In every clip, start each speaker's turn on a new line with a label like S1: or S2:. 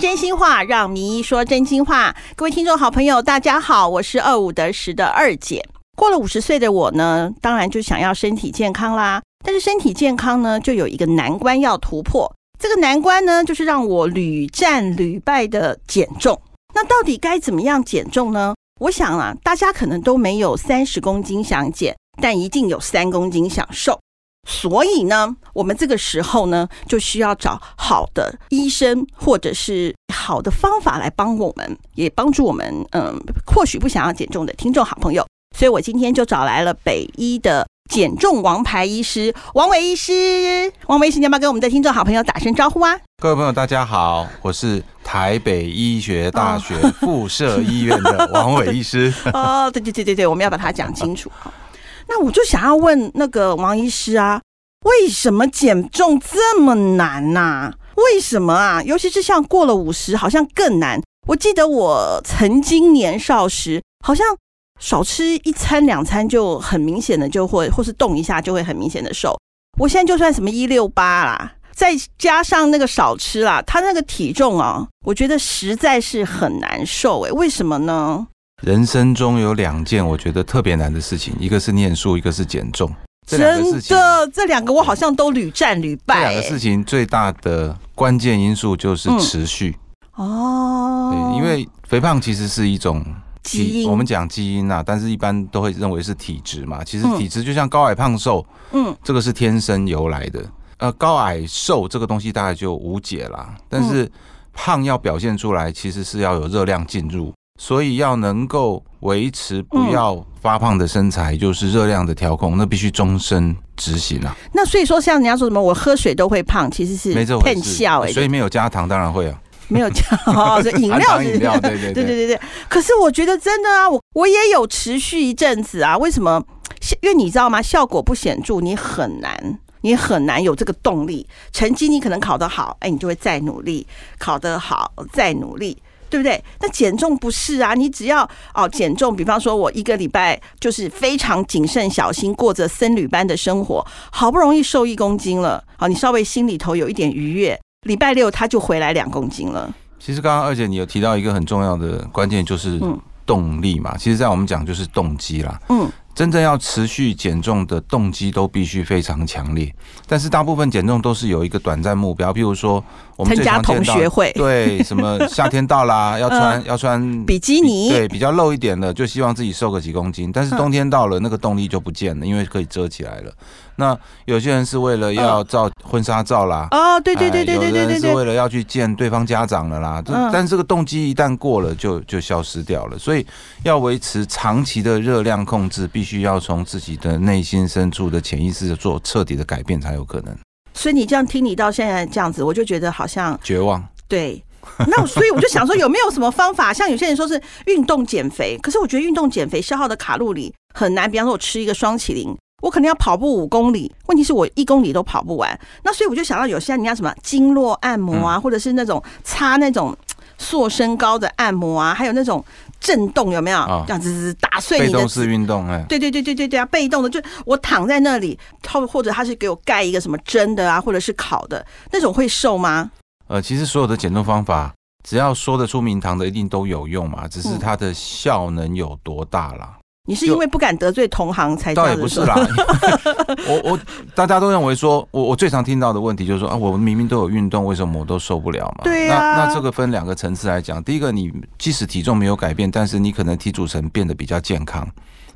S1: 真心话，让名医说真心话。各位听众好朋友，大家好，我是二五得十的二姐。过了五十岁的我呢，当然就想要身体健康啦。但是身体健康呢，就有一个难关要突破。这个难关呢，就是让我屡战屡败的减重。那到底该怎么样减重呢？我想啊，大家可能都没有三十公斤想减，但一定有三公斤想瘦。所以呢，我们这个时候呢，就需要找好的医生或者是好的方法来帮我们，也帮助我们，嗯，或许不想要减重的听众好朋友。所以我今天就找来了北医的减重王牌医师王伟医师。王伟医师，你要不要跟我们的听众好朋友打声招呼啊？
S2: 各位朋友，大家好，我是台北医学大学附设医院的王伟医师。
S1: 哦，对对对对对，我们要把它讲清楚。好那我就想要问那个王医师啊，为什么减重这么难呐、为什么啊？尤其是像过了五十，好像更难。我记得我曾经年少时，好像少吃一餐两餐就很明显的就会，或是动一下就会很明显的瘦。我现在就算什么一六八啦，再加上那个少吃啦，他那个体重啊，我觉得实在是很难受诶、为什么呢？
S2: 人生中有两件我觉得特别难的事情，一个是念书，一个是减重。这两个
S1: 真
S2: 事情，
S1: 的，这两个我好像都屡战屡
S2: 这
S1: 败、
S2: 两个
S1: 欸
S2: 事情最大的关键因素就是
S1: 嗯
S2: 持续。
S1: 哦
S2: 对，，因为肥胖其实是一种
S1: 基因，
S2: 我们讲嗯哦基因啊，但是一般都会认为是体质嘛。其实
S1: 嗯
S2: 体质就像高矮胖瘦，
S1: 嗯
S2: 这个是天生由来的。呃，高矮瘦这个东西大概就无解啦。但
S1: 嗯
S2: 是胖要表现出来，其实是要有热量进入，所以要能够维持不要发胖的身材，就是热量的调控，那必须终身执行啊。
S1: 那所以说像人家说什么我喝水都会胖，其实是
S2: 没这回
S1: 骗
S2: 事，
S1: 笑哎、
S2: 所以没有加糖当然会啊，
S1: 没有这样，哦 所以饮
S2: 含
S1: 料
S2: 糖
S1: 是
S2: 饮料，对对
S1: 对对
S2: 对。
S1: 对对。可是我觉得真的啊，我我也有持续一阵子啊。为什么？因为你知道吗？效果不显著，你很难，你很难有这个动力。成绩你可能考得好，哎，你就会再努力；考得好，再努力。对不对？那减重不是啊，你只要哦减重，比方说我一个礼拜就是非常谨慎小心，过着僧侣般的生活，好不容易瘦一公斤了，好，你稍微心里头有一点愉悦，礼拜六他就回来两公斤了。
S2: 其实刚刚二姐你有提到一个很重要的关键，就是
S1: 嗯
S2: 动力嘛。其实，在我们讲就是动机啦。
S1: 嗯，
S2: 真正要持续减重的动机都必须非常强烈，但是大部分减重都是有一个短暂目标，譬如说我们
S1: 参
S2: 最
S1: 加
S2: 常
S1: 同
S2: 见到
S1: 学会。呃
S2: 对什么夏天到 啦，要穿要穿
S1: 比基尼，
S2: 对嗯比较露一点的，就希望自己瘦个几公斤，但是
S1: 嗯
S2: 冬天到了，那个动力就不见了，因为可以遮起来了。那有些人是为了
S1: 嗯
S2: 要照婚纱照啦，
S1: 哦，对对对对
S2: 哎
S1: 对对
S2: 有的
S1: 对
S2: 人是
S1: 对，
S2: 为了要去见对方家长了啦，这
S1: 嗯
S2: 但是这个动机一旦过了就就消失掉了，所以要维持长期的热量控制，必须要从自己的内心深处的潜意识做彻底的改变才有可能。
S1: 所以你这样听你到现在这样子，我就觉得好像
S2: 绝望，
S1: 对。那我所以我就想说，有没有什么方法？像有些人说是运动减肥，可是我觉得运动减肥消耗的卡路里很难。比方说，我吃一个双麒麟，我可能要跑步五公里，问题是我一公里都跑不完。那所以我就想到有些人家什么经络按摩
S2: 嗯
S1: 啊，或者是那种擦那种嗯塑身膏的按摩啊，还有那种震动有没有？
S2: 啊
S1: 这样子打碎
S2: 被
S1: 你的
S2: 动式运动，哎，
S1: 对对对对对对啊，被动的，就我躺在那里，他或者他是给我盖一个什么蒸的啊，或者是烤的那种会瘦吗？
S2: 呃，其实所有的减重方法，只要说得出名堂的，一定都有用嘛，只是
S1: 嗯
S2: 它的效能有多大啦。
S1: 你是因为不敢得罪同行才这
S2: 倒也
S1: 样
S2: 不
S1: 子说？
S2: 是啦，我我大家都认为说，我我最常听到的问题就是说啊，我明明都有运动，为什么我都受不了嘛？
S1: 对啊
S2: 那那这个分两个层次来讲，第一个你即使体重没有改变，但是你可能体组成变得比较健康。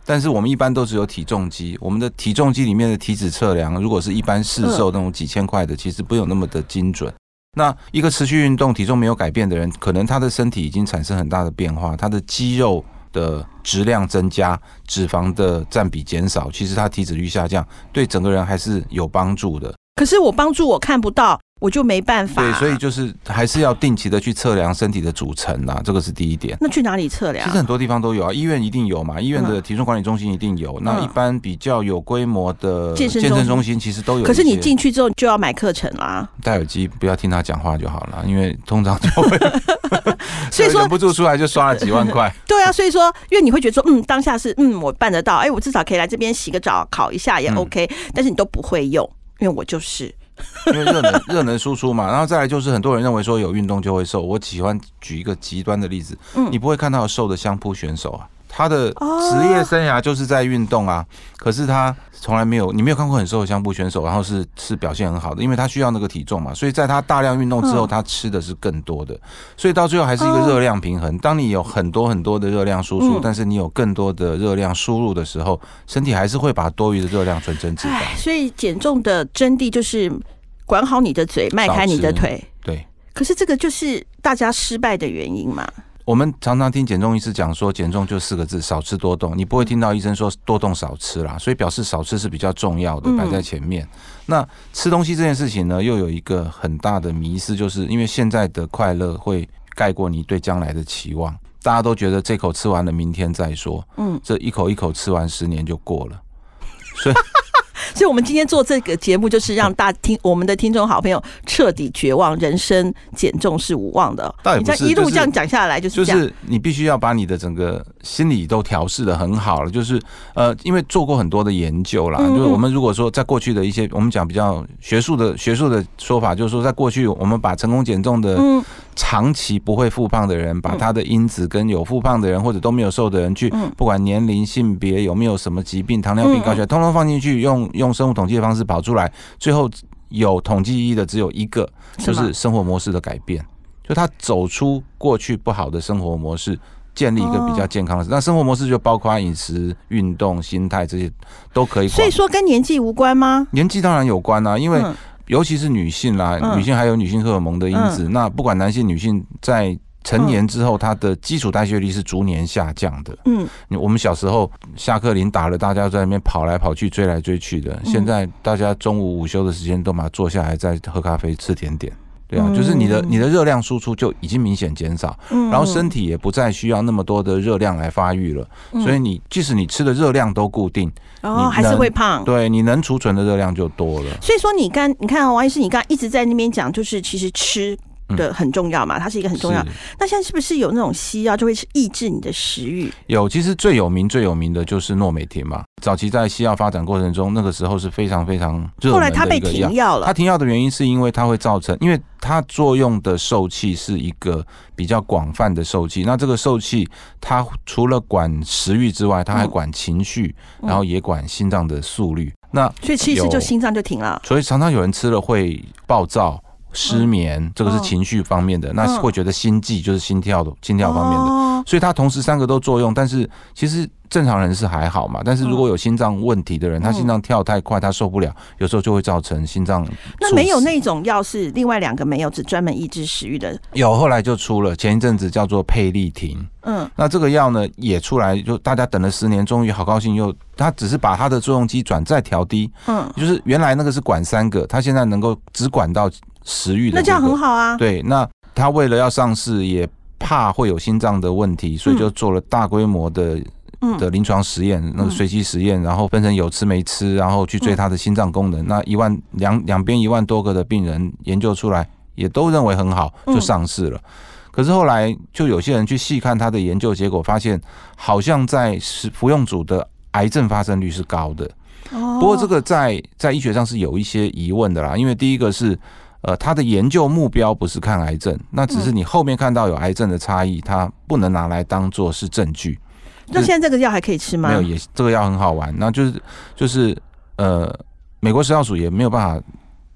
S2: 但是我们一般都只有体重机，我们的体重机里面的体脂测量，如果是一般市售那种几千块的，其实不有那么的精准。那一个持续运动、体重没有改变的人，可能他的身体已经产生很大的变化，他的肌肉的质量增加，脂肪的占比减少，其实他体脂率下降，对整个人还是有帮助的。
S1: 可是我帮助我看不到，我就没办法。
S2: 对，所以就是还是要定期的去测量身体的组成啊，这个是第一点。
S1: 那去哪里测
S2: 其
S1: 量
S2: 实？很多地方都有啊，医院一定有嘛，医院
S1: 嗯
S2: 的体重管理中心一定有。那一般比较有规模的
S1: 健
S2: 健
S1: 身中心
S2: 身中心其实都有一些。
S1: 可是你进去之后就要买课程啦，
S2: 戴耳机，不要听他讲话就好了，因为通常就会
S1: 所以说
S2: 忍不住出来就刷了几万块。
S1: 对啊，所以说，因为你会觉得说，嗯，当下是嗯，我办得到，哎，我至少可以来这边洗个澡、烤一下也
S2: 嗯
S1: OK，、但是你都不会用，因为我就是
S2: 因为热能热能输出嘛，然后再来就是很多人认为说有运动就会瘦，我喜欢举一个极端的例子，
S1: 嗯哦
S2: 你不会看到瘦的相扑选手啊，他的职业生涯就是在运动啊，可是他从来没有，你没有看过很瘦的相扑选手，然后是是表现很好的，因为他需要那个体重嘛，所以在他大量运动之后，
S1: 嗯
S2: 他吃的是更多的，所以到最后还是一个
S1: 哦
S2: 热量平衡。当你有很多很多的热量输
S1: 嗯
S2: 出，但是你有更多的热量输入的时候，身体还是会把多余的热量转成脂肪。
S1: 唉，所以减重的真谛就是管好你的嘴，迈开你的腿。
S2: 对。
S1: 可是这个就是大家失败的原因嘛？
S2: 我们常常听减重医师讲说，减重就四个字：少吃多动。你不会听到医生说多动少吃啦，所以表示少吃是比较重要的
S1: 嗯，
S2: 摆在前面。那吃东西这件事情呢，又有一个很大的迷思，就是因为现在的快乐会盖过你对将来的期望。大家都觉得这口吃完了，明天再说。
S1: 嗯，
S2: 这一口一口吃完，十年就过了。所以
S1: 所以我们今天做这个节目，就是让大听我们的听众好朋友彻底绝望，人生减重是无望的。
S2: 倒也
S1: 你
S2: 不
S1: 这
S2: 是
S1: 样一路
S2: 就是
S1: 这样讲下来，就是
S2: 就
S1: 这样。
S2: 是你必须要把你的整个心理都调试的很好了，就是呃，因为做过很多的研究啦，
S1: 嗯嗯
S2: 就是我们如果说在过去的一些，我们讲比较学术的学术的说法，就是说在过去我们把成功减重的
S1: 嗯
S2: 长期不会复胖的人，把
S1: 嗯
S2: 他的因子跟有复胖的人或者都没有瘦的人去
S1: 嗯，
S2: 不管年龄、性别有没有什么疾病，糖尿
S1: 嗯
S2: 病、
S1: 嗯
S2: 高血压，通通放进去，用用生物统计的方式跑出来，最后有统计意义的只有一个，
S1: 什
S2: 就
S1: 么
S2: 是生活模式的改变，就他走出过去不好的生活模式。建立一个比较健
S1: 哦
S2: 康的，那生活模式就包括饮食、运动、心态这些都可以。
S1: 所以说跟年纪无关吗？
S2: 年纪当然有关啊，因为
S1: 嗯
S2: 尤其是女性啦，
S1: 嗯
S2: 女性还有女性荷尔蒙的因子。那不管男性、女性，在成年之后，它的基础代谢率是逐年下降的。
S1: 嗯，
S2: 你我们小时候下课铃打了，大家在那边跑来跑去、追来追去
S1: 嗯
S2: 的。现在大家中午午休的时间都嘛坐下来在喝咖啡、吃甜点。对啊，
S1: 嗯
S2: 就是你的你的热量输出就已经明显减少，
S1: 嗯
S2: 然后身体也不再需要那么多的热量来发育了，
S1: 嗯
S2: 所以你即使你吃的热量都固定，
S1: 哦
S2: 你
S1: 还是
S2: 能
S1: 会胖。
S2: 对你能储存的热量就多了。
S1: 所以说你刚你看啊，王医师，你刚刚一直在那边讲，就是其实吃的很重要嘛，它是一个很重要
S2: 嗯是。
S1: 那现在是不是有那种西药就会去抑制你的食欲？
S2: 有，其实最有名最有名的就是诺美婷嘛。早期在西药发展过程中，那个时候是非常非常热
S1: 后
S2: 门的
S1: 来
S2: 一
S1: 它
S2: 个药。
S1: 被停药了
S2: 它。停药的原因是因为它会造成，因为它作用的受气是一个比较广泛的受气。那这个受气，它除了管食欲之外，它还
S1: 嗯
S2: 管情绪，
S1: 嗯
S2: 然后也管心脏的速率。那
S1: 所以吃一次就
S2: 有
S1: 心脏就停了，
S2: 所以常常有人吃了会暴躁、失眠，这个是情绪方面的。那
S1: 嗯
S2: 会觉得心悸，就是心跳的心跳方面的。
S1: 哦
S2: 所以它同时三个都作用，但是其实正常人是还好嘛，但是如果有心脏问题
S1: 嗯
S2: 的人，他心脏跳太快，他受不了，有时候就会造成心脏猝死。
S1: 那没有那种药是另外两个没有，只专门抑制食欲的。
S2: 有后来就出了，前一阵子叫做佩利婷，
S1: 嗯，
S2: 那这个药呢也出来，就大家等了十年，终于好高兴又，它只是把它的作用机转再调低，
S1: 嗯，
S2: 就是原来那个是管三个，它现在能够只管到食欲的、
S1: 那这样很。好啊。
S2: 对，那他为了要上市也。怕会有心脏的问题，所以就做了大规模的
S1: 嗯
S2: 的临床实验，那个随机实验，然后分成有吃没吃，然后去追他的心脏功能。那一万两两边一万多个的病人研究出来，也都认为很好，
S1: 嗯
S2: 就上市了。可是后来就有些人去细看他的研究结果，发现好像在食服用组的癌症发生率是高的。
S1: 哦
S2: 不过这个在在医学上是有一些疑问的啦，因为第一个是。呃，他的研究目标不是看癌症，那只是
S1: 嗯
S2: 你后面看到有癌症的差异，它不能拿来当做是证据。
S1: 那现在这个药还可以吃吗？
S2: 没有，也这个药很好玩。那就是就是呃，美国食药署也没有办法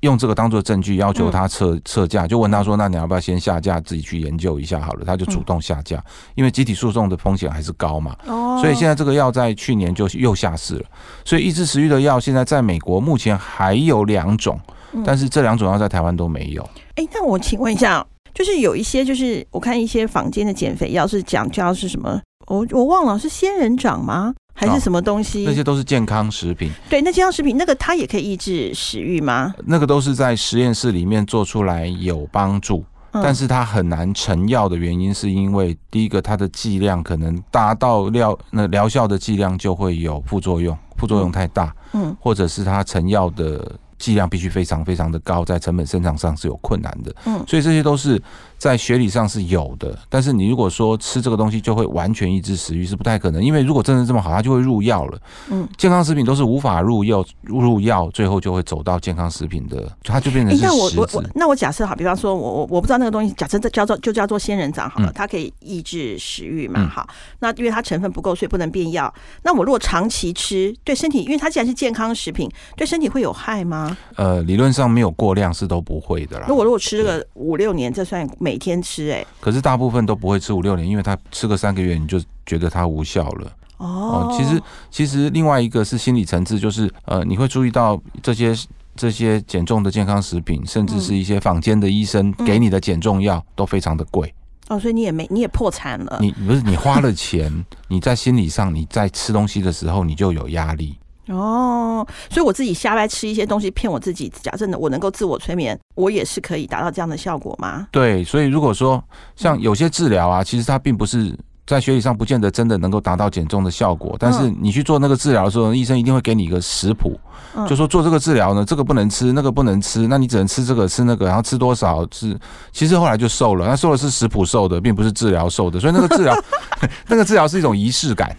S2: 用这个当做证据要
S1: 嗯
S2: 求他撤撤价，就问他说：“那你要不要先下架，自己去研究一下好了？”他就主动下架，因为集体诉讼的风险还是高嘛。
S1: 哦
S2: 所以现在这个药在去年就又下市了。所以抑制食欲的药现在在美国目前还有两种
S1: 嗯，
S2: 但是这两种药在台湾都没有。
S1: 哎，那我请问一下，就是有一些，就是我看一些坊间的减肥药是讲叫是什么，我我忘了是仙人掌吗？还是
S2: 哦
S1: 什么东西？
S2: 那些都是健康食品，
S1: 对，那健康食品那个它也可以抑制食欲吗？
S2: 那个都是在实验室里面做出来有帮助。
S1: 嗯
S2: 但是它很难成药的原因，是因为第一个它的剂量可能达到疗那疗效的剂量就会有副作用，副作用太大，
S1: 嗯
S2: 或者是它成药的剂量必须非常非常的高，在成本生产上是有困难的。
S1: 嗯
S2: 所以这些都是在学理上是有的，但是你如果说吃这个东西就会完全抑制食欲是不太可能，因为如果真的这么好，它就会入药了。
S1: 嗯，
S2: 健康食品都是无法入药，入药最后就会走到健康食品的，它就变成
S1: 诶
S2: 是
S1: 哎那我
S2: 食
S1: 我
S2: 指
S1: 我，那我假设好，比方说我我我不知道那个东西，假设这叫做就叫做仙人掌好了，
S2: 嗯
S1: 它可以抑制食欲嘛，
S2: 嗯
S1: 好，那因为它成分不够，所以不能变药。那我如果长期吃，对身体，因为它既然是健康食品，对身体会有害吗？
S2: 呃，理论上没有过量是都不会的啦
S1: 那。我如果吃这
S2: 啊
S1: 个五六年，这算每天吃、哎诶，
S2: 可是大部分都不会吃五六年，因为它吃个三个月你就觉得它无效了。
S1: 哎，哦
S2: 哦，其实其实另外一个是心理层次，就是呃，你会注意到这些这些减重的健康食品，甚至是一些坊间的医生
S1: 嗯
S2: 给你的减重药都非常的贵。
S1: 哦，所以你也没你也破产了，
S2: 你不是你花 了钱，你在心理上你在吃东西的时候你就有压力。
S1: 哦，所以我自己瞎掰吃一些东西骗我自己，假设呢我能够自我催眠，我也是可以达到这样的效果吗？
S2: 对，所以如果说像
S1: 嗯
S2: 有些治疗啊，其实它并不是。在学理上不见得真的能够达到减重的效果，但是你去做那个治疗的时候，医生一定会给你一个食谱，
S1: 嗯
S2: 就说做这个治疗呢，这个不能吃，那个不能吃，那你只能吃这个吃那个，然后吃多少吃。其实后来就瘦了，那瘦的是食谱瘦的，并不是治疗瘦的，所以那个治疗 那个治疗是一种仪式感，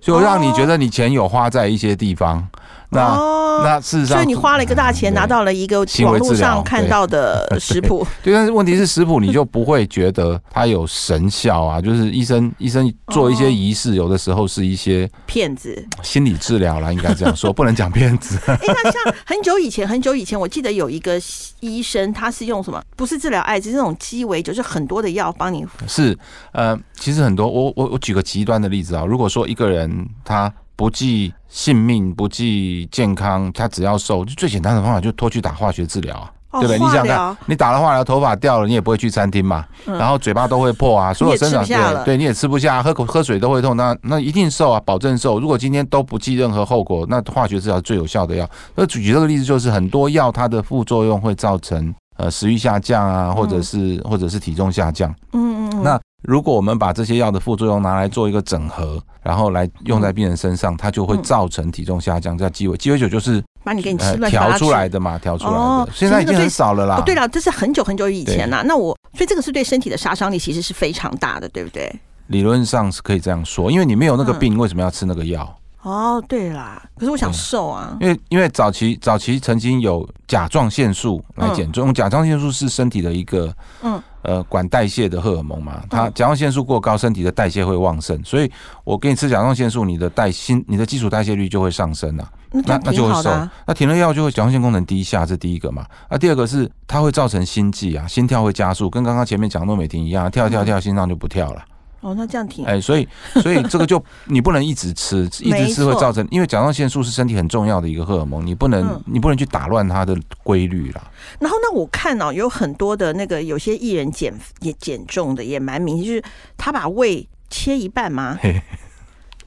S2: 就让你觉得你钱有花在一些地方。那、
S1: 哦
S2: 那事实上，
S1: 所以你花了一个大钱，
S2: 嗯对
S1: 拿到了一个
S2: 行
S1: 网
S2: 为治疗
S1: 络上看到的食 谱，
S2: 对，但是问题是食谱你就不会觉得它有神效啊，就是医生医生做一些仪式，有的时候是一些
S1: 骗子。
S2: 心理治疗啦，应该这样说，不能讲骗子。
S1: 哎，那像很久以前，很久以前，我记得有一个医生，他是用什么？不是治疗艾滋，是那种鸡尾酒，就是很多的药帮你。
S2: 是，呃，其实很多，我我我举个极端的例子啊，如果说一个人他不计性命、不计健康，他只要瘦，就最简单的方法就拖去打化学治疗啊。
S1: 哦
S2: 对不对？你
S1: 化
S2: 想想
S1: 疗
S2: 看，你打了化疗，头发掉了，你也不会去餐厅嘛，
S1: 嗯
S2: 然后嘴巴都会破啊，所有生长
S1: 你也吃不下了
S2: 对对，你也吃不下，喝口喝水都会痛，那那一定瘦啊，保证瘦。如果今天都不计任何后果，那化学治疗最有效的药。那举这个例子就是，很多药它的副作用会造成呃食欲下降啊，或者是、或者是体重下降。
S1: 嗯嗯嗯。
S2: 那如果我们把这些药的副作用拿来做一个整合，然后来用在病人身上，它就会造成体重下降，叫鸡尾。鸡尾酒就是
S1: 把嗯你给你吃
S2: 呃
S1: 乱七八
S2: 调
S1: 糟
S2: 出
S1: 吃
S2: 来的啊嘛，调出来
S1: 哦
S2: 的，现在已经很少了
S1: 哦
S2: 啦，。
S1: 对了，这是很久很久以前啦、那我所以这个是对身体的杀伤力其实是非常大的，对不对？
S2: 理论上是可以这样说，因为你没有
S1: 嗯
S2: 那个病，为什么要吃那个药？
S1: 哦，对啦，可是我
S2: 嗯
S1: 想瘦啊，
S2: 因为因为早期早期曾经有甲状腺素来减重，甲状腺素是身体的一个
S1: 嗯
S2: 呃管代谢的荷尔蒙嘛，它
S1: 嗯
S2: 甲状腺素过高，身体的代谢会旺盛，所以我给你吃甲状腺素，你的代新你的基础代谢率就会上升啊。
S1: 那这
S2: 那
S1: 样
S2: 那就
S1: 挺
S2: 会
S1: 好
S2: 瘦
S1: 的、啊。。
S2: 那停了药就会甲状腺功能低下，这第一个嘛。啊，第二个是它会造成心悸啊，心跳会加速，跟刚刚前面讲诺美婷一样，跳一跳一跳，
S1: 嗯
S2: 心脏就不跳了。
S1: 哦，那这样挺、
S2: 哎、所以所以这个就你不能一直吃，一直吃会造成，因为甲状腺素是身体很重要的一个荷尔蒙，你不能、
S1: 嗯
S2: 你不能去打乱它的规律啦。
S1: 然后那我看哦，有很多的那个有些艺人减也减重的也蛮明显，就是他把胃切一半吗
S2: 嘿？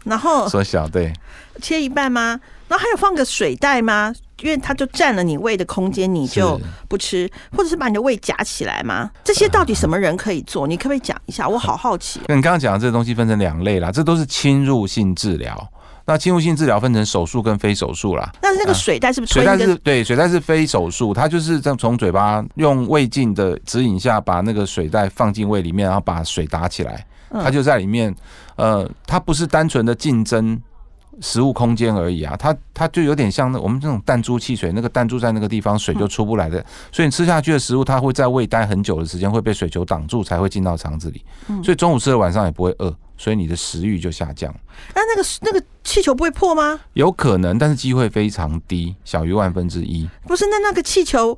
S1: 然后
S2: 缩小对，
S1: 切一半吗？然后还有放个水袋吗？因为它就占了你胃的空间，你就是不吃，或者是把你的胃夹起来吗？这些到底什么人可以做？你可不可以讲一 下？我好好奇。哦
S2: 那你刚刚讲的这个东西分成两类啦，这都是侵入性治疗。那侵入性治疗分成手术跟非手术啦。
S1: 但是那个水袋是不是推
S2: 啊水
S1: 一
S2: 袋
S1: 个
S2: 是对，水袋是非手术，它就是这样从嘴巴用胃镜的指引下，把那个水袋放进胃里面，然后把水打起来，
S1: 嗯
S2: 它就在里面。呃，它不是单纯的竞争食物空间而已啊，它它就有点像那我们这种弹珠汽水，那个弹珠在那个地方水就出不来的，所以你吃下去的食物，它会在胃待很久的时间，会被水球挡住，才会进到肠子里。所以中午吃了晚上也不会饿，所以你的食欲就下降，
S1: 那那个那个气球不会破吗？
S2: 有可能，但是机会非常低，小于万分之一。
S1: 不是，那那个气球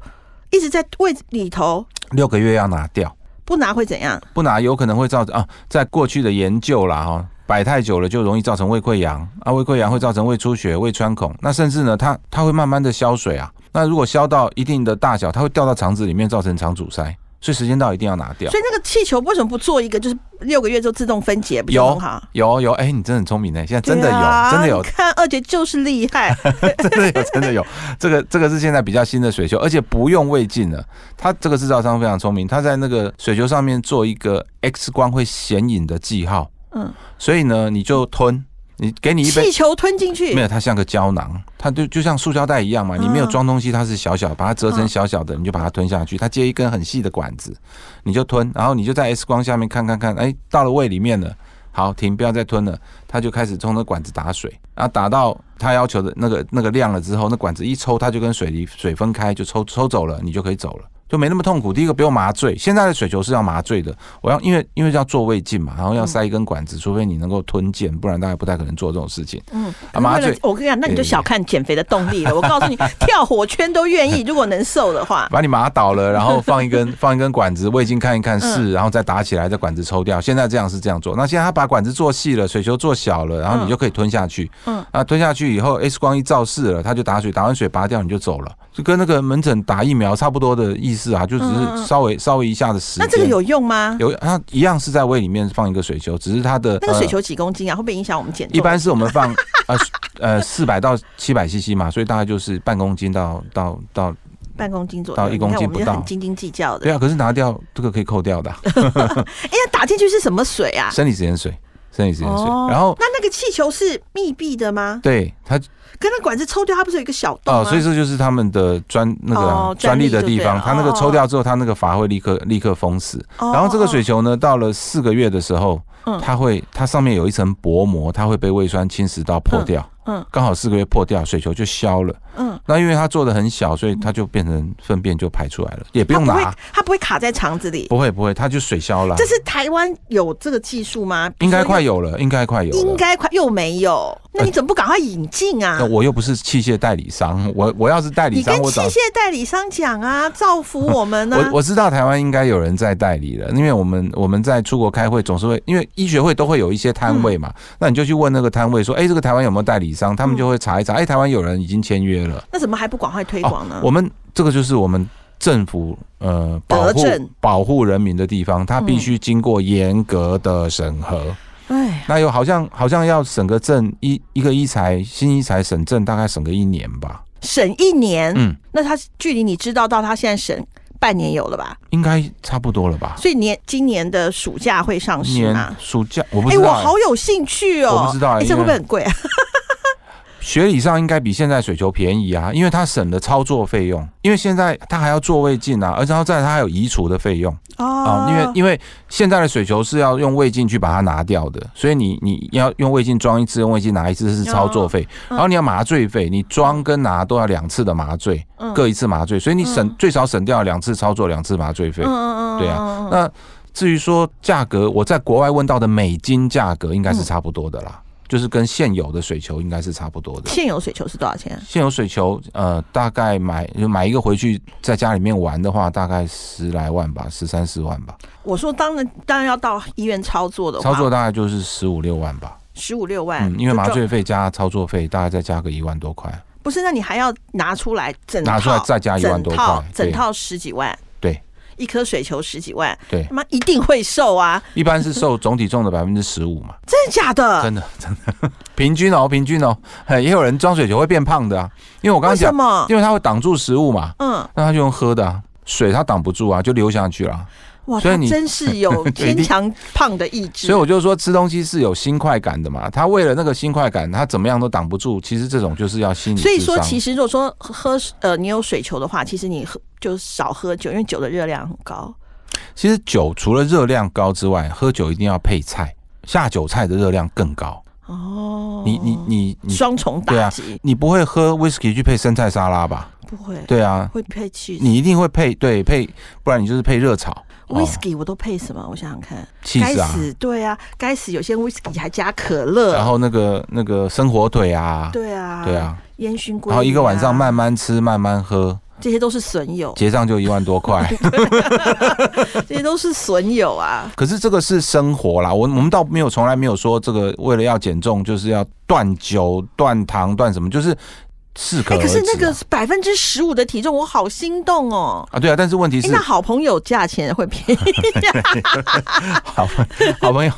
S1: 一直在胃里头，
S2: 六个月要拿掉，
S1: 不拿会怎样？
S2: 不拿有可能会造成啊，在过去的研究啦哈，摆太久了就容易造成胃溃疡啊，胃溃疡会造成胃出血、胃穿孔，那甚至呢，它它会慢慢的消水啊，那如果消到一定的大小，它会掉到肠子里面，造成肠阻塞，所以时间到一定要拿掉。
S1: 所以那个气球为什么不做一个，就是六个月就自动分解，不是
S2: 有
S1: 很好？
S2: 有有，哎、你真的很聪明呢，现在真的
S1: 对
S2: 有，
S1: 啊
S2: 真的有
S1: 你，看二姐就是厉害，
S2: 真的有，真的有。这个这个是现在比较新的水球，而且不用胃镜了。它这个制造商非常聪明，它在那个水球上面做一个 X 光会显影的记号，
S1: 嗯，
S2: 所以呢，你就吞，你给 你一杯
S1: 气球吞进去
S2: 没，有，它像个胶囊，它就就像塑胶袋一样嘛，你没有
S1: 嗯
S2: 装东西，它是小小，把它折成小小的，你就把它吞下去。它接一根很细的管子，你就吞，然后你就在 X 光下面看看看，哎，到了胃里面了，好，停，不要再吞了，它就开始从那管子打水，然后打到它要求的那个那个量了之后，那管子一抽，它就跟水离水分开，就抽抽走了，你就可以走了。就没那么痛苦。第一个不用麻醉，现在的水球是要麻醉的。我要因为因为要做胃镜嘛，然后要塞一根管子，除非你能够吞剑，不然大家不太可能做这种事情。
S1: 嗯，
S2: 啊麻
S1: 为了
S2: 醉
S1: 我跟你讲，那你就小看减肥的动力了。我告诉 你，跳火圈都愿意，如果能瘦的话，
S2: 把你麻倒了，然后放 一根放一根管子，胃镜看一看
S1: 嗯
S2: 是，然后再打起来，再管子抽掉。现在这样是这样做，那现在他把管子做细了，水球做小了，然后
S1: 嗯
S2: 你就可以吞下去。
S1: 嗯，
S2: 啊，吞下去以后 X 光一照视了，他就打水，打完水拔掉你就走了，就跟那个门诊打疫苗差不多的意思啊，就只
S1: 嗯嗯嗯
S2: 是稍微稍微一下的时间。
S1: 那这个有用吗？
S2: 有它一样是在胃里面放一个水球，只是它的
S1: 那个水
S2: 呃
S1: 球几公斤啊？会不会影响我们减重？
S2: 一般是我们放 呃呃四百到七百 CC 嘛，所以大概就是半公斤到到到
S1: 半公斤左右，
S2: 到一公斤
S1: 你看我们
S2: 不
S1: 就
S2: 到
S1: 很斤斤计较的。
S2: 对啊，可是拿掉这个可以扣掉的啊、
S1: 哎呀，打进去是什么水啊？
S2: 生理食盐水，生理食盐水。
S1: 哦
S2: 然后
S1: 那那个气球是密闭的吗？
S2: 对它
S1: 跟那管子抽掉，它不是有一个小洞吗？
S2: 哦，所以这就是他们的专那个啊
S1: 哦
S2: 专利的地
S1: 专利就对
S2: 方，
S1: 了
S2: 它那个抽掉之后，它那个阀会立刻立刻封死。
S1: 哦
S2: 然后这个水
S1: 哦
S2: 球呢，到了四个月的时候
S1: 嗯，
S2: 它会它上面有一层薄膜，它会被胃酸侵蚀到破掉。
S1: 嗯嗯
S2: 刚好四个月破掉，水球就消了。
S1: 嗯，
S2: 那因为它做的很小，所以它就变成粪便就排出来了，也不
S1: 它
S2: 用
S1: 哦不会
S2: 拿，，
S1: 它不会卡在肠子里。
S2: 不会不会，它就水消了
S1: 这。是台湾有这个技术吗？
S2: 啊应该快
S1: 有，
S2: 有了，应该快有了。
S1: 应该快又没有。那你怎么不赶快引进啊
S2: 那？我又不是器械代理商，我我要是代理
S1: 你
S2: 商
S1: 跟，
S2: 我
S1: 器
S2: 早
S1: 械代理商讲啊，造福我们啊呢、
S2: 我我知道台湾应该有人在代理了，因为我们我们在出国开会总是会，因为医学会都会有一些摊位嘛，
S1: 嗯
S2: 那你就去问那个摊位说，哎、这个台湾有没有代理商？他们就会查一查，哎、台湾有人已经签约了。哦
S1: 那怎么还不赶快推广呢？
S2: 我们这个就是我们政府呃保
S1: 德
S2: 护
S1: 政
S2: 保护人民的地方，它必须经过严格的审核。
S1: 哎、
S2: 那有好像好像要审个证，一一个医材新医材审证大概审个一年吧，
S1: 审一年，
S2: 嗯，
S1: 那他距离你知道到他现在审半年有了吧？
S2: 应该差不多了吧？
S1: 所以年今年的暑假会上
S2: 一
S1: 市
S2: 年
S1: 吗？
S2: 暑假我不
S1: 哎、
S2: 知
S1: 我
S2: 道、哎
S1: 好有兴趣哦。
S2: 我不知道
S1: 哎、
S2: 因
S1: 这会不会
S2: 为
S1: 很贵啊？
S2: 学理上应该比现在水球便宜啊，因为它省了操作费用，因为现在它还要做胃镜啊，而且然后再来它还有移除的费用
S1: 哦
S2: 啊、因为因为现在的水球是要用胃镜去把它拿掉的，所以你你要用胃镜装一次，用胃镜拿一次是操作费，
S1: 嗯
S2: 然后你要麻醉费，你装跟拿都要两次的麻醉，
S1: 嗯
S2: 各一次麻醉，所以你省、
S1: 嗯
S2: 最少省掉两次操作，两次麻醉费。
S1: 嗯
S2: 对
S1: 啊
S2: 那至于说价格，我在国外问到的美金价格应该是差不多的
S1: 嗯
S2: 啦，就是跟现有的水球应该是差不多的。
S1: 现有水球是多少钱？
S2: 现有水球，呃，大概买就买一个回去，在家里面玩的话，大概十来万吧，十三四万吧，
S1: 我说当然当然要到医院操作的话，
S2: 操作大概就是十五六万吧。
S1: 十五六万、
S2: 嗯，因为
S1: 就
S2: 麻
S1: 赚
S2: 醉费加操作费，大概再加个一万多块，
S1: 不是，那你还要拿出来整套
S2: 拿出来再加一万多
S1: 整套
S2: 块，
S1: 整
S2: 对，
S1: 套 十几万，
S2: 对，
S1: 一颗水球十几万，
S2: 对
S1: 他妈一定会瘦啊！
S2: 一般是受总体重的百分之十五嘛，
S1: 真的假的？
S2: 真的真的，平均哦，平均哦， 嘿也有人装水球会变胖的啊，因为我刚
S1: 为
S2: 刚
S1: 什
S2: 讲，
S1: 么？
S2: 因为它会挡住食物嘛，
S1: 嗯，
S2: 那他就用喝的、啊，水它挡不住啊，就流下去了啊。
S1: 哇，
S2: 所以
S1: 他
S2: 你
S1: 真 是有坚强胖的意志
S2: 所以。我就说吃东西是有新快感的嘛，他为了那个新快感，他怎么样都挡不住。其实这种就是要心理
S1: 所以说，
S2: 智商
S1: 其实如果说喝呃你有水球的话，其实你喝就少喝酒，因为酒的热量很高。
S2: 其实酒除了热量高之外，喝酒一定要配菜，下酒菜的热量更高。
S1: 哦，
S2: 你你你你
S1: 双重
S2: 对
S1: 打
S2: 啊
S1: 击、
S2: 你不会喝 whisky 去配生菜沙拉吧？
S1: 不会
S2: 对啊，
S1: 会配气
S2: 你一定会配对配，不然你就是配热炒。哦
S1: whisky 我都配什么？我想想看，
S2: 气
S1: 该
S2: 死啊！
S1: 死对啊，该死有些 whisky 还加可乐，
S2: 然后那个那个生火腿啊，
S1: 对啊，
S2: 对，啊，
S1: 烟熏鲑、啊，
S2: 然后一个晚上慢慢吃慢慢喝，
S1: 这些都是损友，
S2: 结账就一万 多块。
S1: 这些都是损友啊。
S2: 可是这个是生活啦，我我们倒没有从来没有说这个为了要减重就是要断酒、断糖、断什么，就是适可
S1: 哎、
S2: 而止、
S1: 可
S2: 啊。
S1: 是那个百分之十五的体重，我好心动哦。
S2: 啊，对啊，但是问题
S1: 哎，
S2: 是
S1: 那，好朋友价钱会便宜，
S2: 好 朋好朋友，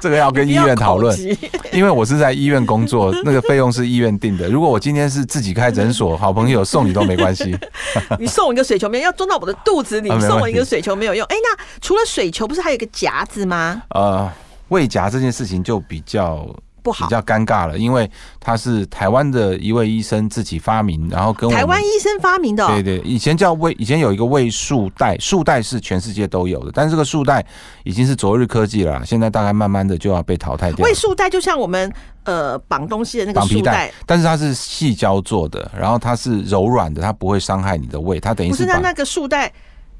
S2: 这个要 跟
S1: 不
S2: 医
S1: 要
S2: 院讨
S1: 口
S2: 论，
S1: 急
S2: 因为我是在医院工作，那个费用是医院定的。如果我今天是自己开诊所，好朋友送你都没关 系。
S1: 你送我一个水球没有？要装到我的肚子里，
S2: 啊没问题
S1: 送我一个水球没有用。哎、那除了水球，不是还有一个夹子吗？
S2: 呃，胃夹这件事情就比较
S1: 不
S2: 比
S1: 好。
S2: 较尴尬了，因为它是台湾的一位医生自己发明，然后跟我们
S1: 台湾医生发明的哦、
S2: 对啊对，以前叫胃，以前有一个胃束带，束带是全世界都有的，但这个束带已经是昨日科技了啦，现在大概慢慢的就要被淘汰掉
S1: 为。束带就像我们呃绑东西的那个
S2: 绑皮
S1: 束
S2: 带，但是它是细胶做的，然后它是柔软的，它不会伤害你的胃，它等于
S1: 不
S2: 是
S1: 是那
S2: 绑
S1: 那个束带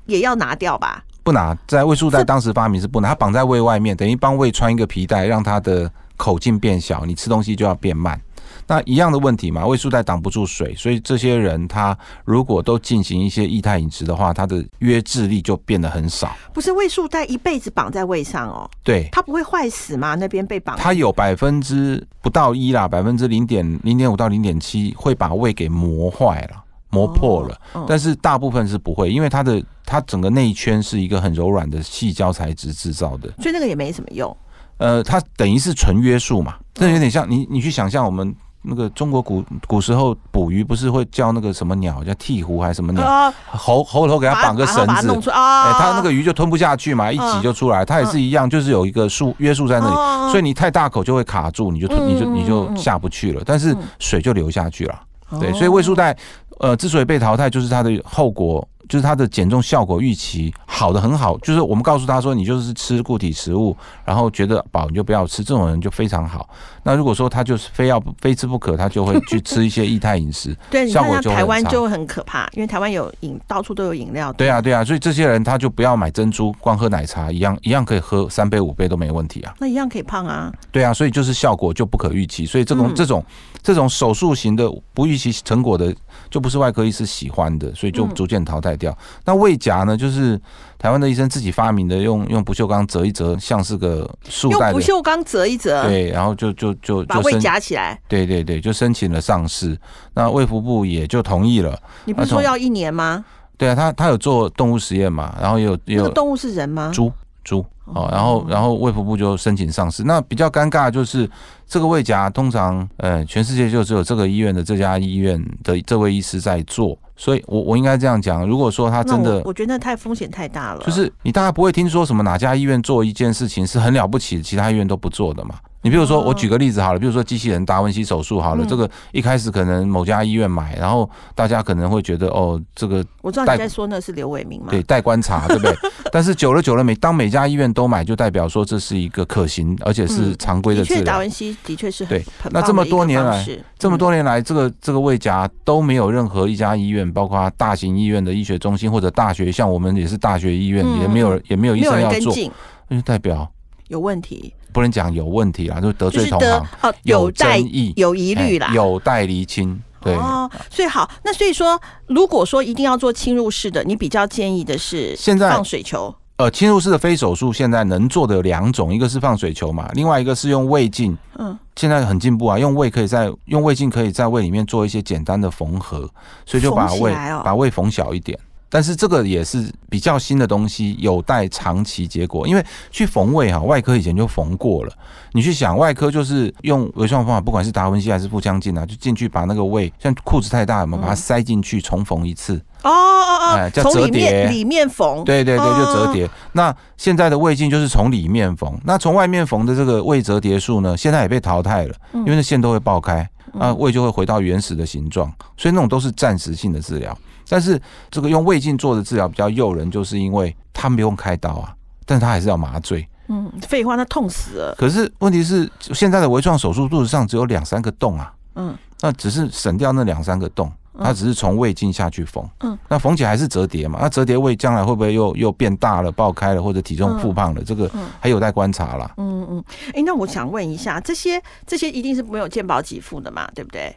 S1: 也要拿掉吧？
S2: 不拿在胃束带
S1: 是
S2: 当时发明是不拿，它绑在胃外面，等于帮胃穿一个皮带，让它的口径变小，你吃东西就要变慢。那一样的问题嘛，胃束带挡不住水，所以这些人他如果都进行一些液态饮食的话，他的约制力就变得很少。
S1: 不是胃束带一辈子绑在胃上哦，
S2: 对，
S1: 它不会坏死吗？那边被绑，
S2: 它有百分之不到一啦，百分之零点零点五到零点七会把胃给磨坏了。磨破了，
S1: 哦嗯
S2: 但是大部分是不会，因为它的它整个内圈是一个很柔软的细胶材质制造的，
S1: 所以那个也没什么用。
S2: 呃，它等于是纯约束嘛，这有点像你你去想象我们那个中国古古时候捕鱼不是会叫那个什么鸟叫鹈鹕还是什么鸟，
S1: 啊，
S2: 猴猴头给它
S1: 把
S2: 绑个绳
S1: 把它
S2: 子
S1: 弄，出嗯啊，
S2: 哎，它那个鱼就吞不下去嘛，一挤就出来，它也是一样，就是有一个束约束在那里，
S1: 哦
S2: 所以你太大口就会卡住，你就吞你就
S1: 嗯嗯嗯
S2: 你就下不去了，但是水就流下去了。对，
S1: 哦
S2: 所以胃束带，呃，之所以被淘汰，就是它的后果，就是它的减重效果预期好的很好，就是我们告诉他说，你就是吃固体食物，然后觉得饱你就不要吃，这种人就非常好。那如果说他就是非要非吃不可，他就会去吃一些液态饮食。
S1: 对，你
S2: 效
S1: 看
S2: 果
S1: 像
S2: 就会
S1: 台
S2: 很
S1: 湾
S2: 差
S1: 就很可怕，因为台湾有饮，到处都有饮料。
S2: 对啊，对啊，所以这些人他就不要买珍珠，光喝奶茶一样，一样可以喝三杯五杯都没问题啊。
S1: 那一样可以胖啊！
S2: 对啊，所以就是效果就不可预期，所以这种、
S1: 嗯
S2: 这种这种手术型的不预期成果的，就不是外科医师喜欢的，所以就
S1: 嗯
S2: 逐渐淘汰掉。那胃夹呢，就是台湾的医生自己发明的，用用不锈钢折一折，像是个束
S1: 用
S2: 带
S1: 不
S2: 的，
S1: 锈钢折一折，
S2: 对，然后就就就
S1: 把
S2: 就
S1: 胃
S2: 申，
S1: 夹起来。
S2: 对对对，就申请了上市，那卫福部也就同意了。
S1: 你不是
S2: 啊那种
S1: 说要一年吗？
S2: 对啊，他他有做动物实验嘛，然后也有也
S1: 那个
S2: 有
S1: 动物是人吗？
S2: 猪猪哦，然后然后卫福部就申请上市。那比较尴尬就是这个胃夹，通常呃全世界就只有这个医院的这家医院的这位医师在做，所以我我应该这样讲，如果说他
S1: 那
S2: 真的
S1: 我我觉得那太风险太大了。
S2: 就是你大概不会听说什么哪家医院做一件事情是很了不起，其他医院都不做的嘛。你比如说，
S1: 哦
S2: 我举个例子好了，比如说机器人达文西手术好了，
S1: 嗯
S2: 这个一开始可能某家医院买，然后大家可能会觉得哦，这个
S1: 我知道
S2: 带
S1: 你在说那是刘伟明嘛？
S2: 对，待 观察，对不对？但是久了久了，每当每家医院都买，就代表说这是一个可行而且是
S1: 嗯
S2: 常规的
S1: 的
S2: 治
S1: 确，达
S2: 疗。
S1: 文西的确是很
S2: 对
S1: 很
S2: 那
S1: 棒
S2: 这么
S1: 的一个
S2: 多年
S1: 方
S2: 来
S1: 式
S2: 这么多年来，这个这个胃夹都没有任何一家医院，包括大型医院的医学中心或者大学，像我们也是大学医院，
S1: 嗯
S2: 也没有也没有
S1: 嗯
S2: 医
S1: 没有
S2: 生
S1: 人
S2: 要
S1: 跟
S2: 做，
S1: 进，
S2: 那就代表
S1: 有问题，
S2: 不能讲有问题啦，就得
S1: 就
S2: 罪
S1: 是
S2: 同
S1: 得
S2: 行，
S1: 哦有
S2: 争
S1: 待
S2: 议、
S1: 有疑虑啦
S2: 哎。有待厘清。对，
S1: 哦，所以好，那所以说，如果说一定要做侵入式的，你比较建议的是
S2: 现在
S1: 放水球，
S2: 呃，侵入式的非手术现在能做的有两种，一个是放水球嘛，另外一个是用胃镜。
S1: 嗯，
S2: 现在很进步啊，用胃可以在用胃镜可以在胃里面做一些简单的缝合，所以就把
S1: 缝起
S2: 胃、
S1: 来哦
S2: 把胃缝小一点。但是这个也是比较新的东西，有待长期结果。因为去缝胃哈、外科以前就缝过了。你去想，外科就是用微创方法，不管是达文西还是腹腔镜啊，就进去把那个胃，像裤子太大了嘛，
S1: 嗯
S2: 把它塞进去重缝一次。
S1: 哦哦哦
S2: 哎，叫
S1: 从
S2: 折
S1: 里面
S2: 叠
S1: 里面缝，
S2: 对对对，
S1: 哦
S2: 就折叠。那现在的胃镜就是从里面缝，那从外面缝的这个胃折叠术呢，现在也被淘汰了，因为那线都会爆开，啊，胃就会回到原始的形状，所以那种都是暂时性的治疗。但是这个用胃镜做的治疗比较诱人，就是因为他不用开刀啊，但是他还是要麻醉。
S1: 嗯，废话，那痛死了，
S2: 可是问题是，现在的微创手术肚子上只有两三个洞啊，
S1: 嗯，
S2: 那只是省掉那两三个洞，它只是从胃镜下去缝，
S1: 嗯，
S2: 那缝起来还是折叠嘛？那折叠胃将来会不会又又变大了、爆开了，或者体重复胖了？这个
S1: 嗯
S2: 还有待观察啦。
S1: 嗯嗯，哎、那我想问一下，这些这些一定是没有健保给付的嘛，对不对？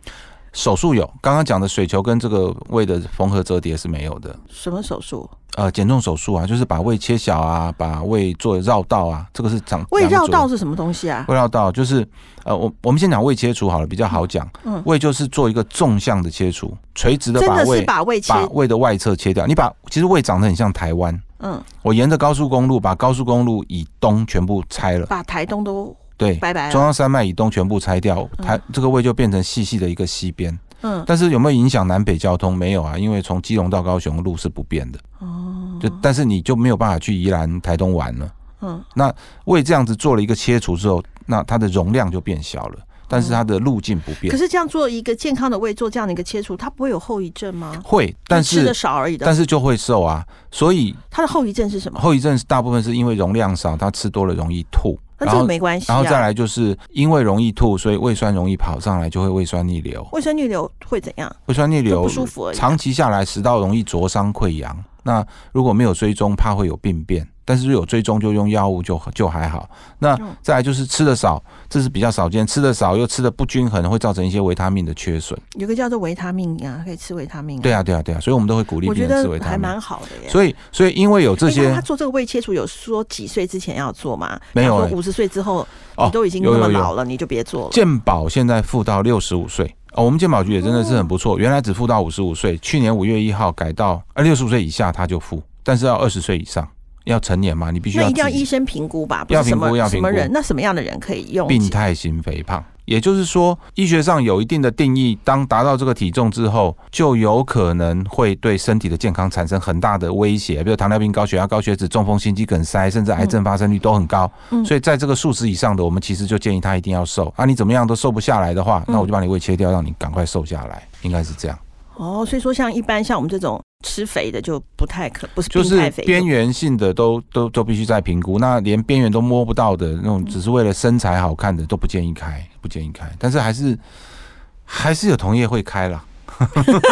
S2: 手术有，刚刚讲的水球跟这个胃的缝合折叠是没有的。
S1: 什么手术？
S2: 呃，减重手术啊，就是把胃切小啊，把胃做绕道啊，这个是长
S1: 胃绕。
S2: 两
S1: 道
S2: 种
S1: 是什么东西啊？
S2: 胃绕道就是，呃，我我们先讲胃切除好了，比较好讲。
S1: 嗯
S2: 胃就是做一个纵向的切除，垂直的
S1: 真
S2: 把
S1: 的
S2: 胃
S1: 是把胃切，
S2: 把胃的外侧切掉。你把其实胃长得很像台湾，
S1: 嗯，
S2: 我沿着高速公路把高速公路以东全部拆了，
S1: 把台东都
S2: 对，
S1: 拜拜
S2: 中
S1: 了，
S2: 央山脉以东全部拆掉，
S1: 嗯
S2: 台这个位就变成细细的一个西边。
S1: 嗯，
S2: 但是有没有影响南北交通？没有啊，因为从基隆到高雄路是不变的，
S1: 哦，
S2: 就但是你就没有办法去宜兰、台东玩了。
S1: 嗯，
S2: 那为这样子做了一个切除之后，那它的容量就变小了，但是它的路径不变
S1: 可。是这样做一个健康的胃做这样的一个切除，它不会有后遗症吗？
S2: 会，但
S1: 就吃的
S2: 是
S1: 少而已的，
S2: 但是就会瘦啊，所以
S1: 它的后遗症是什么？
S2: 后遗症大部分是因为容量少，它吃多了容易吐，
S1: 那
S2: 然
S1: 这个
S2: 后
S1: 没关系
S2: 然
S1: 啊。
S2: 后再来就是因为容易吐，所以胃酸容易跑上来，就会胃酸逆流。
S1: 胃酸逆流会怎样？
S2: 胃酸逆
S1: 就
S2: 流
S1: 不舒服而已。啊
S2: 长期下来，食道容易灼伤溃疡。那如果没有追踪，怕会有病变，但是如果有追踪就用药物就就还好。那
S1: 嗯
S2: 再来就是吃的少，这是比较少见，吃的少又吃的不均衡，会造成一些维他命的缺损。
S1: 有个叫做维他命啊，可以吃维他命、啊。
S2: 对，啊，对啊，对啊，所以我们都会鼓励
S1: 我觉
S2: 病人吃
S1: 得
S2: 维他
S1: 还
S2: 命。
S1: 蛮好的耶。
S2: 所以，所以因为有这
S1: 哎那
S2: 些
S1: 他做这个胃切除有说几岁之前要做吗？
S2: 没有欸
S1: 五十岁之后
S2: 哦
S1: 你都已经那
S2: 有有
S1: 么
S2: 有
S1: 老了，你就别做了。
S2: 健保现在付到六十五岁哦，我们健保局也真的是很不
S1: 哦
S2: 错，原来只付到五十五岁，去年五月一号改到呃六十五岁以下他就付，但是要二十岁以上，要成年嘛，你必须
S1: 那
S2: 要
S1: 一定要
S2: 自己
S1: 医生评估吧，不
S2: 要
S1: 是什
S2: 评估要
S1: 么什
S2: 评
S1: 么
S2: 估
S1: 人，那什么样的人可以用
S2: 病态型肥胖。也就是说，医学上有一定的定义，当达到这个体重之后，就有可能会对身体的健康产生很大的威胁，比如糖尿病、高血压、高血脂、中风、心肌梗塞，甚至癌症发生率都很高。
S1: 嗯
S2: 所以在这个数值以上的，我们其实就建议他一定要瘦。啊，你怎么样都瘦不下来的话，
S1: 嗯
S2: 那我就把你胃切掉，让你赶快瘦下来，应该是这样。
S1: 哦？所以说，像一般像我们这种吃肥的就不太可，不是
S2: 就
S1: 病
S2: 是
S1: 态肥，
S2: 边缘性的都都都必须再评估，那连边缘都摸不到的那
S1: 嗯
S2: 种，只是为了身材好看的都不建议开，不建议开。但是还是还是有同业会开啦。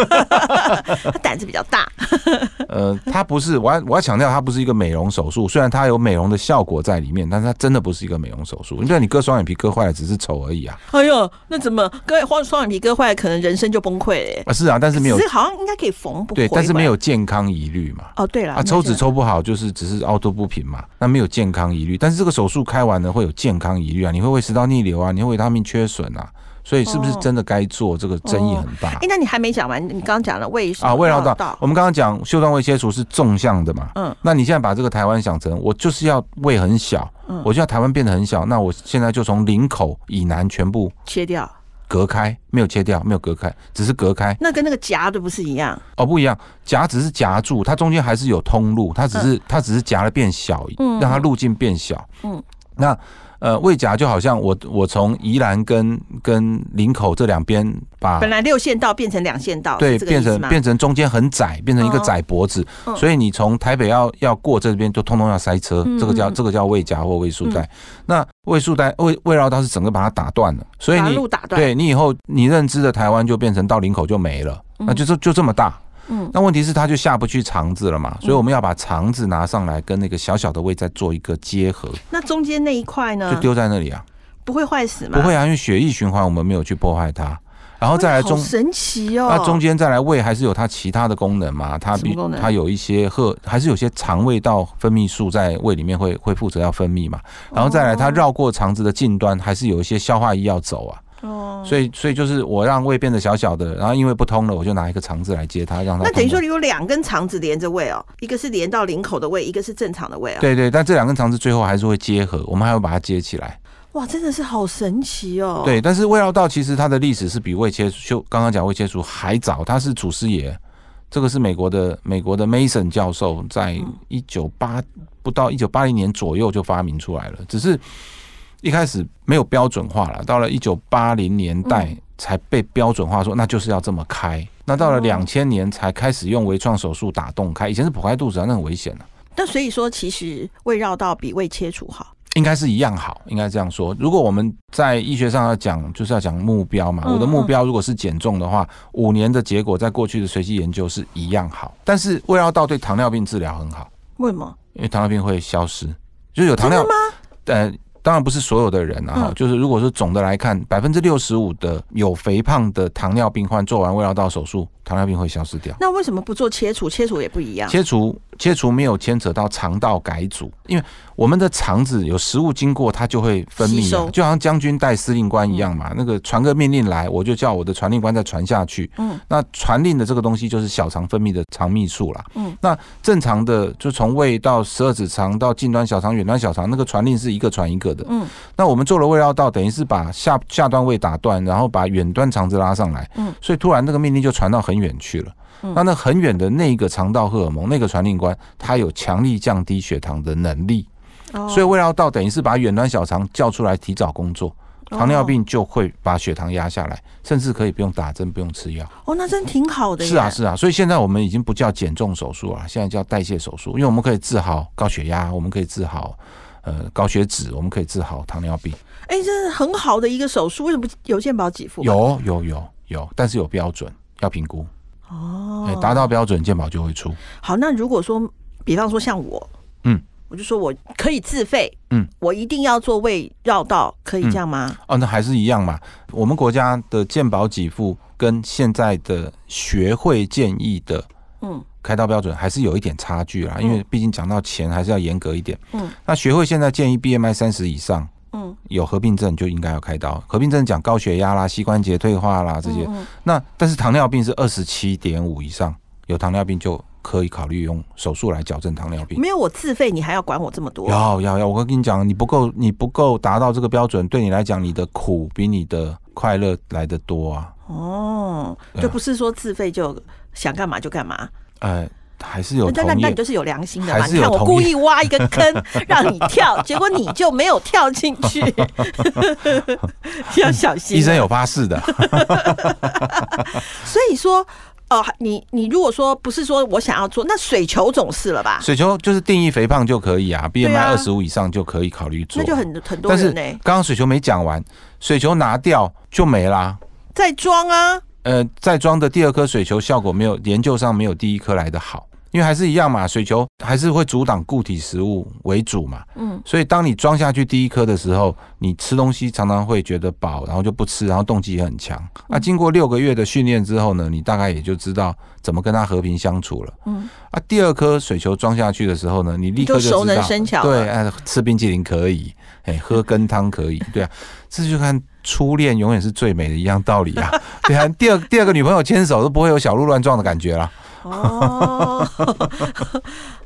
S1: 他胆子比较大。
S2: 呃，它不是，我要我要强调，它不是一个美容手术，虽然它有美容的效果在里面，但是它真的不是一个美容手术。你对你割双眼皮割坏了，只是丑而已啊。
S1: 哎呦，那怎么割双双眼皮割坏了，可能人生就崩溃了耶。
S2: 啊，是啊，但是没有
S1: 只是好像应该可以缝补回
S2: 对，
S1: 吧，
S2: 但是没有健康疑虑嘛。
S1: 哦，对了，
S2: 啊，
S1: 那
S2: 抽
S1: 这
S2: 脂
S1: 样
S2: 抽不好就是只是凹凸不平嘛，那没有健康疑虑。但是这个手术开完了会有健康疑虑啊，你会胃食道逆流啊，你会维他命缺损啊，所以是不是
S1: 哦
S2: 真的该做？这个争议很大
S1: 哎，那你还没讲完，你刚刚讲了胃什么
S2: 啊。胃绕
S1: 绕
S2: 道，哦我们刚刚讲袖状胃切除是纵向的嘛，
S1: 嗯
S2: 那你现在把这个台湾想成我就是要胃很小，
S1: 嗯
S2: 我就要台湾变得很小，那我现在就从领口以南全部
S1: 切掉，
S2: 隔开，没有切掉，没有隔开，只是隔开
S1: 那跟那个夹的不是一样？
S2: 哦，不一样，夹只是夹住，它中间还是有通路，它只是、它只是夹了变小，
S1: 嗯
S2: 让它路径变小。
S1: 嗯，
S2: 那呃，胃夹就好像我我从宜兰跟跟林口这两边把
S1: 本来六线道变成两线道，
S2: 啊对
S1: 是这个意
S2: 变
S1: 思
S2: 成
S1: 吗？
S2: 变成中间很窄，变成一个
S1: 哦
S2: 窄脖子，
S1: 嗯
S2: 所以你从台北要要过这边就通通要塞车，
S1: 嗯
S2: 这个叫
S1: 嗯
S2: 这个叫胃夹或胃束带。那胃束带胃胃绕道是整个把它打断了，所以
S1: 把
S2: 你
S1: 路打断，
S2: 对你以后你认知的台湾就变成到林口就没了，那就这就这么大。
S1: 嗯
S2: 那问题是它就下不去肠子了嘛，所以我们要把肠子拿上来，跟那个小小的胃再做一个结合，
S1: 那中间那一块
S2: 就
S1: 呢，
S2: 丢在那里啊，
S1: 不会坏死吗？
S2: 不会啊，因为血液循环我们没有去破坏它，然后再来
S1: 哇好
S2: 中。
S1: 神奇哦，
S2: 那中间再来胃还是有它其他的功能嘛？它
S1: 什么
S2: 比
S1: 功能
S2: 它有一些荷，还是有些肠胃道分泌素在胃里面会会负责要分泌嘛。然后再
S1: 哦
S2: 来它绕过肠子的近端，还是有一些消化液要走啊。
S1: 哦，
S2: 所以所以就是我让胃变得小小的，然后因为不通了，我就拿一个肠子来接它，让它。
S1: 那等于说，你有两根肠子连着胃哦，一个是连到领口的胃，一个是正常的胃哦。
S2: 对对，但这两根肠子最后还是会结合，我们还会把它接起来。
S1: 哇，真的是好神奇哦。，
S2: 对，但是胃绕道其实它的历史是比胃切除，就刚刚讲胃切除还早，它是祖师爷，这个是美国的美国的 Mason 教授在
S1: 嗯
S2: 一九八不到一九八零年左右就发明出来了，只是一开始没有标准化了，到了一九八零年代
S1: 嗯
S2: 才被标准化说那就是要这么开，那到了
S1: 哦
S2: 两千年才开始用微创手术打洞开，以前是剖开肚子啊，那很危险啊。
S1: 那所以说，其实胃绕道比胃切除好。
S2: 应该是一样好，应该这样说。如果我们在医学上要讲，就是要讲目标嘛。
S1: 嗯
S2: 我的目标如果是减重的话，五年的结果在过去的随机研究是一样好。但是胃绕道对糖尿病治疗很好，
S1: 为什么？
S2: 因为糖尿病会消失，就是有糖
S1: 真的
S2: 尿
S1: 吗？
S2: 呃，当然不是所有的人啊，哈
S1: 嗯
S2: 就是如果说总的来看，百分之六十五的有肥胖的糖尿病患做完胃绕道手术，糖尿病会消失掉。
S1: 那为什么不做切除？切除也不一样。
S2: 切除切除没有牵扯到肠道改组，因为我们的肠子有食物经过，它就会分
S1: 吸
S2: 泌、
S1: 收
S2: 啊，就好像将军带司令官一样嘛。那个传个命令来，我就叫我的传令官再传下去。
S1: 嗯，
S2: 那传令的这个东西就是小肠分泌的肠泌素啦。
S1: 嗯，
S2: 那正常的就从胃到十二指肠到近端小肠、远端小肠，那个传令是一个传一个的。
S1: 嗯，
S2: 那我们做了胃绕道，等于是把下下端胃打断，然后把远端肠子拉上来。
S1: 嗯，
S2: 所以突然那个命令就传到很远去了。
S1: 嗯
S2: 那那很远的那一个肠道荷尔蒙，那个传令官，它有强力降低血糖的能力，
S1: 哦
S2: 所以胃绕道等于是把远端小肠叫出来提早工作，
S1: 哦
S2: 糖尿病就会把血糖压下来，甚至可以不用打针，不用吃药。
S1: 哦，那真挺好的耶。
S2: 是啊，是啊，所以现在我们已经不叫减重手术啊，现在叫代谢手术，因为我们可以治好高血压，我们可以治好呃高血脂，我们可以治好糖尿病。
S1: 哎，这是很好的一个手术，为什么不有健保给付？
S2: 有有有有，但是有标准要评估，哎
S1: 哦，
S2: 达到标准健保就会出。
S1: 好，那如果说，比方说像我，
S2: 嗯，
S1: 我就说我可以自费，
S2: 嗯，
S1: 我一定要做胃绕道，可以这样吗？
S2: 哦，那还是一样嘛。我们国家的健保给付跟现在的学会建议的
S1: 嗯，
S2: 开刀标准还是有一点差距啦，
S1: 嗯
S2: 因为毕竟讲到钱还是要严格一点。
S1: 嗯，
S2: 那学会现在建议 BMI 三十以上。
S1: 嗯，
S2: 有合并症就应该要开刀。合并症讲高血压啦、膝关节退化啦这些，
S1: 嗯
S2: 那但是糖尿病是二十七点五以上，有糖尿病就可以考虑用手术来矫正糖尿病。
S1: 没有我自费，你还要管我这么多？
S2: 要要要，我跟你讲，你不够，你不够达到这个标准，对你来讲，你的苦比你的快乐来得多啊。
S1: 哦，
S2: 对啊
S1: 就不是说自费就想干嘛就干嘛，
S2: 呃，还是有
S1: 那那
S2: 同
S1: 那你
S2: 业，
S1: 就是有良心的嘛？
S2: 还是
S1: 你
S2: 有
S1: 看我
S2: 同
S1: 故
S2: 业
S1: 意挖一个坑让你跳，结果你就没有跳进 去， 要小心啊。
S2: 医生有发誓的。
S1: 所以说，呃，你你如果说不是说我想要做，那水球总是了吧？
S2: 水球就是定义肥胖就可以 啊
S1: 对
S2: ，BMI
S1: 啊
S2: 二十五以上就可以考虑做。
S1: 那就很很多
S2: 但是
S1: 人呢、
S2: 刚刚水球没讲完，水球拿掉就没啦。
S1: 在装啊，
S2: 呃，在装的第二颗水球效果没有研究上没有第一颗来的好，因为还是一样嘛，水球还是会阻挡固体食物为主嘛。
S1: 嗯，
S2: 所以当你装下去第一颗的时候，你吃东西常常会觉得饱，然后就不吃，然后动机也很强。
S1: 嗯
S2: 那、经过六个月的训练之后呢，你大概也就知道怎么跟它和平相处了。
S1: 嗯，
S2: 啊，第二颗水球装下去的时候呢，你立刻
S1: 就
S2: 就知道
S1: 熟能生巧
S2: 对，
S1: 了。
S2: 哎、吃冰淇淋可以，哎、喝羹汤 可以，对啊，这就看初恋永远是最美的一样道理啊。对啊，第二 第二个女朋友牵手都不会有小鹿乱撞的感觉啦。
S1: 哦，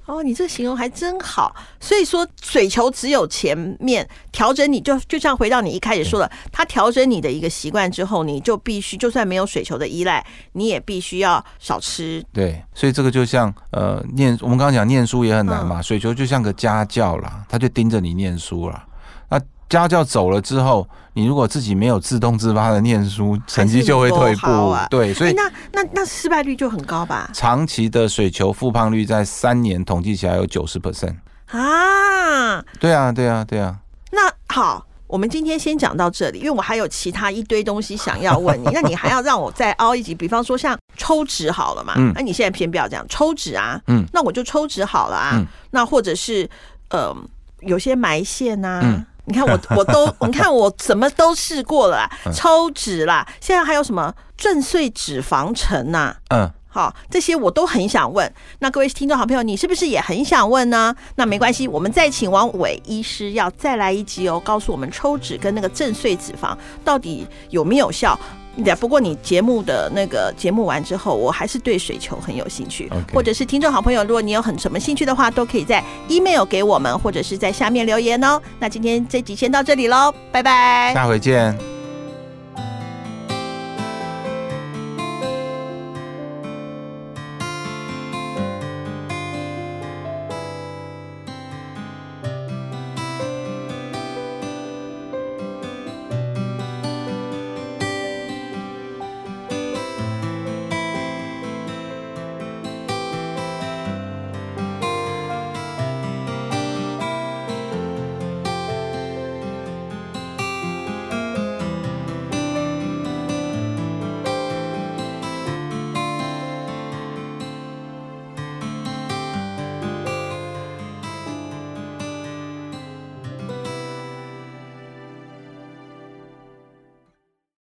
S1: 哦，你这个形容还真好。所以说，水球只有前面调整你，就就像回到你一开始说的，它调整你的一个习惯之后，你就必须，就算没有水球的依赖，你也必须要少吃。
S2: 对，所以这个就像呃念，我们刚刚讲念书也很难
S1: 嗯
S2: 嘛，水球就像个家教啦，他就盯着你念书啦。那家教走了之后，你如果自己没有自动自发的念书，成绩就会退步。
S1: 还是你不好啊
S2: 对，所
S1: 哎
S2: 以
S1: 那那那失败率就很高吧？
S2: 长期的水球复胖率在三年统计起来有九十 percent。
S1: 啊，
S2: 对啊，对啊，对啊。
S1: 那好，我们今天先讲到这里，因为我还有其他一堆东西想要问你。那你还要让我再凹一集，比方说像抽脂好了嘛？
S2: 嗯
S1: 那你现在偏不要讲抽脂啊，
S2: 嗯，
S1: 那我就抽脂好了啊。
S2: 嗯
S1: 那或者是呃，有些埋线呐、
S2: 嗯
S1: 你看 我我都你看我什么都试过了啦，啊
S2: 嗯
S1: 抽脂啦，现在还有什么震碎脂肪层啊呐、
S2: 嗯，
S1: 好，这些我都很想问。那各位听众好朋友，你是不是也很想问呢？那没关系，我们再请王伟医师要再来一集哦，告诉我们抽脂跟那个震碎脂肪到底有没有效。对不过你节目的那个节目完之后，我还是对水球很有兴趣
S2: OK
S1: 或者是听众好朋友，如果你有很什么兴趣的话，都可以在 email 给我们，或者是在下面留言哦。那今天这集先到这里喽，拜拜。
S2: 下回见。